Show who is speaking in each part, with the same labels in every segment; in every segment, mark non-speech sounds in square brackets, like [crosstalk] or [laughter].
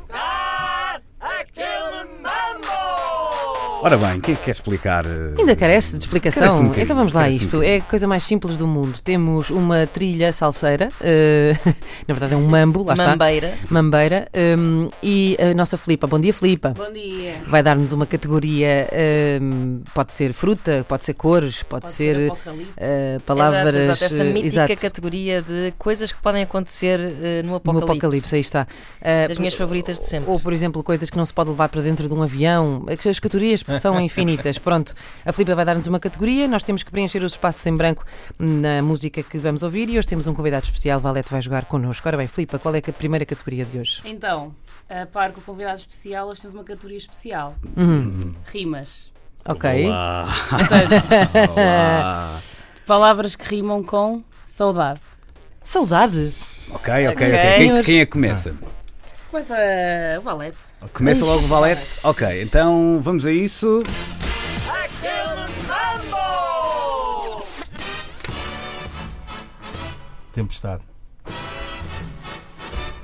Speaker 1: jogar aquele mambo!
Speaker 2: Ora bem, quem é que quer explicar? eh,
Speaker 3: Ainda carece de explicação.
Speaker 2: Carece um bocadinho,
Speaker 3: então vamos lá a
Speaker 2: carece um
Speaker 3: isto.
Speaker 2: bocadinho.
Speaker 3: é a coisa mais simples do mundo. Temos uma trilha salseira, eh, [laughs] na verdade é um mambo, lá está.
Speaker 4: Mambeira.
Speaker 3: Mambeira. hum, e a nossa Filipa, bom dia Filipa.
Speaker 5: Bom dia.
Speaker 3: Vai dar-nos uma categoria, hum, pode ser fruta, pode ser cores, pode,
Speaker 5: Pode
Speaker 3: ser,
Speaker 5: ser apocalipse.
Speaker 3: eh, palavras.
Speaker 4: Exato, exato. Essa
Speaker 3: eh,
Speaker 4: mítica
Speaker 3: exato,
Speaker 4: categoria de coisas que podem acontecer eh, no
Speaker 3: no
Speaker 4: apocalipse.
Speaker 3: apocalipse, aí está. Eh,
Speaker 4: Das minhas favoritas de sempre.
Speaker 3: Ou, por exemplo, coisas que não se pode levar para dentro de um avião. As categorias são infinitas. Pronto, a Filipa vai dar-nos uma categoria. Nós temos que preencher os espaços em branco na música que vamos ouvir. E hoje temos um convidado especial. Valete vai jogar connosco. Ora bem, Filipa, qual é a primeira categoria de hoje?
Speaker 5: Então, a par com o convidado especial, hoje temos uma categoria especial.
Speaker 2: Uhum.
Speaker 5: Rimas.
Speaker 2: [laughs]
Speaker 3: Ok.
Speaker 2: Olá.
Speaker 5: Portanto,
Speaker 2: Olá.
Speaker 5: palavras que rimam com saudade.
Speaker 3: Saudade.
Speaker 2: Ok, ok. ok.
Speaker 4: Ok.
Speaker 2: Quem, quem é que começa?
Speaker 5: Começa uh, o Valete.
Speaker 6: Ah.
Speaker 2: Começa logo o Valete? Ok, então vamos a isso.
Speaker 1: Aquele mambo!
Speaker 6: Tempestade.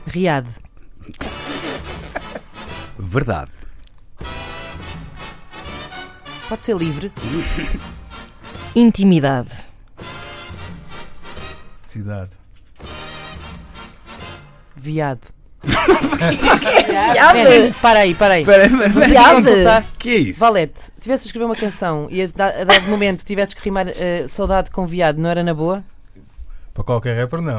Speaker 3: Riade.
Speaker 2: Verdade.
Speaker 3: Pode ser livre.
Speaker 4: Intimidade.
Speaker 6: Cidade.
Speaker 3: Viado. Ah, Espera,
Speaker 4: Piadas!
Speaker 3: para aí, para aí.
Speaker 2: Espera, espera, espera,
Speaker 4: Viado.
Speaker 2: consultar. Que é isso?
Speaker 3: Valete, se tivesse a escrever uma canção e a, da- a dado momento tivesses que rimar eh, saudade com viado, não era na boa?
Speaker 6: Para qualquer rapper, não.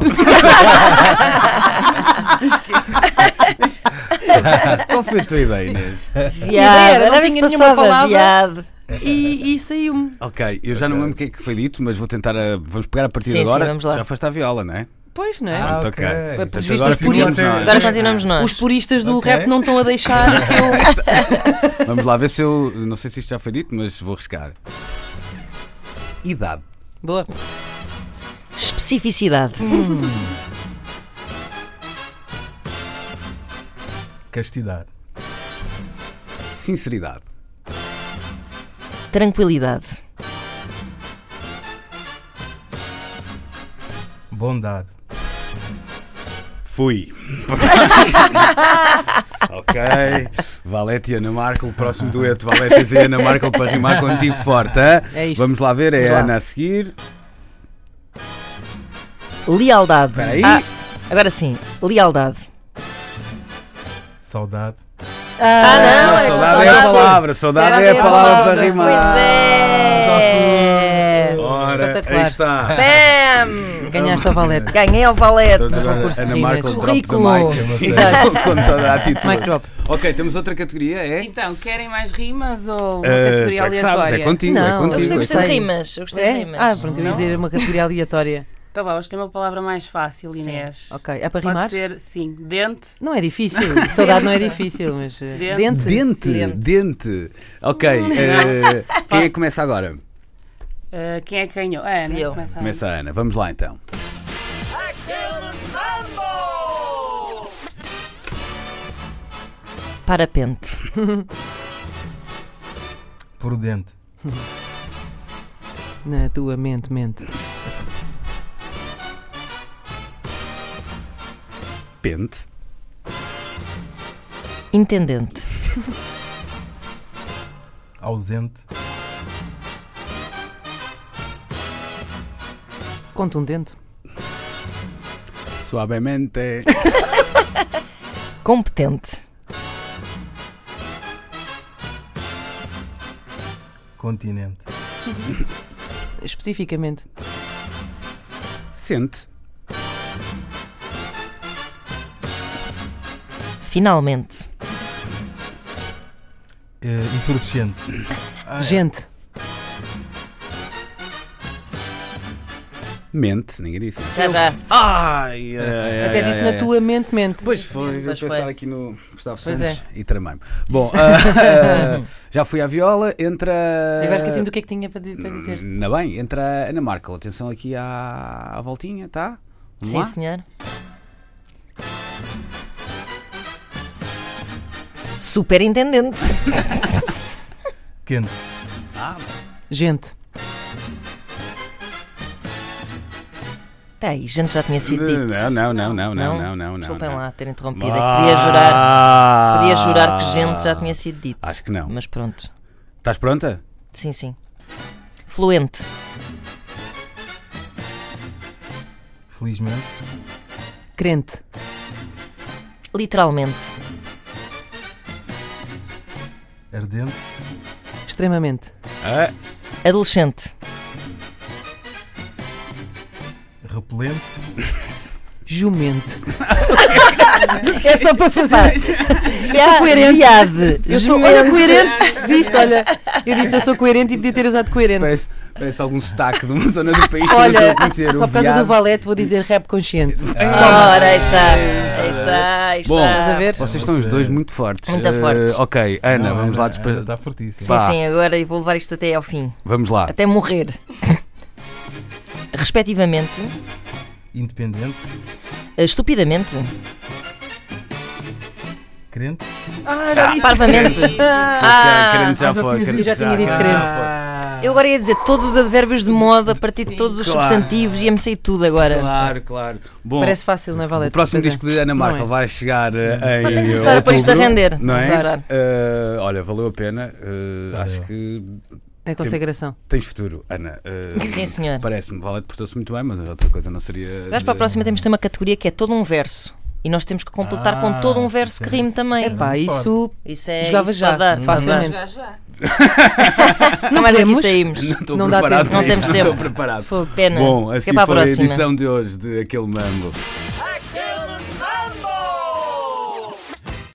Speaker 2: Qual foi a tua ideia, Inês?
Speaker 4: Viado!
Speaker 3: era, não
Speaker 4: Era isso
Speaker 3: tinha
Speaker 4: que
Speaker 3: nenhuma
Speaker 4: passava.
Speaker 3: palavra.
Speaker 4: Viado!
Speaker 3: E, e saiu-me.
Speaker 2: Ok, eu já não me lembro o que é que foi dito, mas vou tentar. A... Vamos pegar a partir
Speaker 4: Sim,
Speaker 2: de
Speaker 4: sim,
Speaker 2: agora.
Speaker 4: vamos lá.
Speaker 2: Já foste à viola, não é?
Speaker 3: Pois, não é?
Speaker 6: Ah,
Speaker 2: Pronto,
Speaker 6: ok.
Speaker 2: ok.
Speaker 6: Pelos
Speaker 2: Portanto,
Speaker 3: vistos,
Speaker 2: agora
Speaker 3: os puristas-
Speaker 2: ficamos nós.
Speaker 4: é Agora continuamos nós.
Speaker 3: Os puristas do
Speaker 6: Ok.
Speaker 3: rap não estão a deixar que eu.
Speaker 2: Vamos lá ver se eu. Não sei se isto já foi dito, mas vou arriscar. Idade.
Speaker 3: Boa.
Speaker 4: Especificidade.
Speaker 6: Castidade.
Speaker 2: Sinceridade.
Speaker 4: Tranquilidade.
Speaker 6: Bondade.
Speaker 2: [laughs] Fui. ok. Valete e Ana Marco, o próximo dueto. Valete e Ana Marco para rimar contigo forte. hã?
Speaker 3: É isto.
Speaker 2: Vamos lá ver, é
Speaker 3: Vamos
Speaker 2: a
Speaker 3: lá.
Speaker 2: Ana a seguir.
Speaker 4: Lealdade.
Speaker 2: Espera aí.
Speaker 4: Ah, agora sim. Lealdade.
Speaker 6: Saudade.
Speaker 4: Ah, não,
Speaker 2: Não,
Speaker 4: era com
Speaker 2: saudade é a palavra, saudade
Speaker 3: Saudade
Speaker 2: é a palavra para
Speaker 3: palavra.
Speaker 2: rimar.
Speaker 4: Pois é!
Speaker 2: Ora, aí
Speaker 3: Espetacular.
Speaker 2: está.
Speaker 4: Bam!
Speaker 3: Ganhaste a valete.
Speaker 4: Ganhei ao valete.
Speaker 2: Todos agora,
Speaker 3: concurso de
Speaker 2: Ana
Speaker 3: rimas.
Speaker 2: Marco drop the
Speaker 4: Currículo.
Speaker 2: mic. Sim, [laughs]
Speaker 3: Exato.
Speaker 2: com toda a atitude.
Speaker 3: Mic drop.
Speaker 2: Ok, temos outra categoria, é?
Speaker 5: Então, querem mais rimas ou uma
Speaker 2: Eh,
Speaker 5: categoria
Speaker 2: tu é que sabes,
Speaker 5: aleatória?
Speaker 2: é contigo, é
Speaker 3: Não,
Speaker 4: Eu gostei,
Speaker 2: contigo.
Speaker 4: gostei de
Speaker 3: Sei.
Speaker 4: rimas. Eu gostei de
Speaker 3: É?
Speaker 4: rimas.
Speaker 3: Ah, pronto, eu ia dizer uma categoria aleatória.
Speaker 5: Então vá, hoje tem uma palavra mais fácil,
Speaker 4: Sim.
Speaker 5: Inês.
Speaker 3: Ok, é para
Speaker 5: Pode
Speaker 3: rimar?
Speaker 5: ser, sim, dente.
Speaker 3: Não é difícil. Saudade não é difícil, mas. eh,
Speaker 5: Dente.
Speaker 2: Dente, dente, Ok, eh, quem é que começa agora?
Speaker 5: Eh, quem é que ganhou? A Ana.
Speaker 4: Fui eu.
Speaker 5: Começa a Ana.
Speaker 2: Começa a Ana, vamos lá então.
Speaker 1: Aquele mambo!
Speaker 4: Parapente.
Speaker 6: Prudente.
Speaker 3: Na tua mente, mente.
Speaker 2: Pente,
Speaker 4: Intendente.
Speaker 6: Ausente.
Speaker 3: Contundente.
Speaker 2: suavemente,
Speaker 4: Competente.
Speaker 6: Continente.
Speaker 3: Especificamente.
Speaker 2: sente,
Speaker 4: Finalmente.
Speaker 6: Eh, efervescente.
Speaker 3: Gente.
Speaker 2: mente, ninguém disse.
Speaker 4: Já, já.
Speaker 2: Ai, ai,
Speaker 3: Até disse na tua mente, mente.
Speaker 2: é, Pois foi, vou
Speaker 4: Pois
Speaker 2: pensar
Speaker 4: foi.
Speaker 2: aqui no Gustavo
Speaker 3: Pois
Speaker 2: Santos e tramei-me. Bom, [laughs] ah, já fui à viola, entra.
Speaker 3: Agora esqueci do que é que tinha para di- para dizer.
Speaker 2: Ainda bem, entra a Ana Markel. Atenção aqui à, à voltinha, tá? Vamos
Speaker 4: Sim,
Speaker 2: lá?
Speaker 4: senhor. Superintendente.
Speaker 6: Quente.
Speaker 3: Gente.
Speaker 4: Espera aí, gente já tinha sido dito.
Speaker 2: Não, não, não, não, não, não, não. não
Speaker 4: Desculpem
Speaker 2: não.
Speaker 4: lá ter interrompido. é que Queria jurar, queria jurar que gente já tinha sido dito.
Speaker 2: Acho que não.
Speaker 4: Mas pronto.
Speaker 2: Ah! Estás pronta?
Speaker 4: Sim, sim. Fluente.
Speaker 6: Felizmente,
Speaker 3: Crente.
Speaker 4: Literalmente.
Speaker 6: ardente,
Speaker 3: Extremamente.
Speaker 2: Ah,
Speaker 4: Adolescente.
Speaker 6: repelente,
Speaker 3: Jumente. é só para pensar.
Speaker 4: Eu sou
Speaker 3: coerente. Eu sou, olha,
Speaker 4: Jumente.
Speaker 3: coerente. Viste, olha. Eu disse, eu sou coerente e podia ter usado coerente.
Speaker 2: parece, parece algum sotaque de uma [laughs] zona do país que eu não estou
Speaker 3: Olha,
Speaker 2: a conhecer.
Speaker 3: só
Speaker 2: o
Speaker 3: por causa do
Speaker 2: viado. Ah,
Speaker 3: valete vou dizer rap consciente.
Speaker 4: Então, Ora, aí está. Aí está, aí está.
Speaker 2: Bom,
Speaker 3: Estás a ver?
Speaker 2: tá Vocês estão os dois muito fortes.
Speaker 4: Muito
Speaker 2: Eh,
Speaker 4: fortes.
Speaker 2: ok, Ana,
Speaker 6: Não,
Speaker 2: vamos lá. despa-
Speaker 6: Ana Ah, Está fortíssimo.
Speaker 4: Sim,
Speaker 2: Vá.
Speaker 4: sim, agora eu vou levar isto até ao fim.
Speaker 2: Vamos lá.
Speaker 4: Até morrer. [laughs] Respectivamente, eh,
Speaker 6: Independente,
Speaker 4: estupidamente,
Speaker 6: crente,
Speaker 3: Ah,
Speaker 2: Tá.
Speaker 3: já
Speaker 2: [laughs]
Speaker 3: disse.
Speaker 4: parvamente.
Speaker 2: Ah, crente já
Speaker 6: já
Speaker 2: foi,
Speaker 6: tinhas
Speaker 2: crente
Speaker 3: dito. Eu já tinha dito
Speaker 2: Ah,
Speaker 4: Eu agora ia dizer todos os advérbios de moda a partir de todos os
Speaker 2: Claro.
Speaker 4: substantivos, ia-me sair tudo agora.
Speaker 2: Claro, claro. Bom,
Speaker 3: Parece fácil, não é, Valete?
Speaker 2: o próximo
Speaker 3: Pois é.
Speaker 2: disco de Ana Markel
Speaker 3: Não é?
Speaker 2: vai chegar eh, em.
Speaker 4: Só tem que
Speaker 2: eh,
Speaker 4: começar a pôr isto a
Speaker 2: outubro,
Speaker 4: render.
Speaker 2: Não é?
Speaker 4: Começar.
Speaker 2: Eh, olha, valeu a pena. eh,
Speaker 6: Valeu.
Speaker 2: acho que
Speaker 3: É consagração.
Speaker 2: tens futuro, Ana. eh,
Speaker 4: [laughs] Sim, senhor.
Speaker 2: Parece-me, Valete portou-se muito bem, mas outra coisa não seria.
Speaker 4: Mas para a próxima temos de ter uma categoria que é todo um verso. E nós temos que completar com
Speaker 6: Ah,
Speaker 4: todo um verso que
Speaker 6: isso é-
Speaker 4: rime também.
Speaker 6: Era
Speaker 3: Pá,
Speaker 6: muito
Speaker 3: isso
Speaker 4: Isso é
Speaker 3: Jogava
Speaker 4: isso
Speaker 3: já,
Speaker 4: para dar, para
Speaker 3: facilmente.
Speaker 5: Já, já.
Speaker 4: dar. Não é mais daqui
Speaker 3: Podemos?
Speaker 4: saímos.
Speaker 2: [laughs] Não estou
Speaker 3: Não dá
Speaker 2: preparado
Speaker 3: tempo.
Speaker 2: para
Speaker 4: Não
Speaker 2: isso,
Speaker 4: temos
Speaker 2: não estou
Speaker 4: tempo.
Speaker 2: preparado.
Speaker 4: Fogo, pena.
Speaker 2: Bom,
Speaker 4: Fica
Speaker 2: assim
Speaker 4: para a
Speaker 2: foi a
Speaker 4: próxima.
Speaker 2: edição de hoje de Aquele Mambo.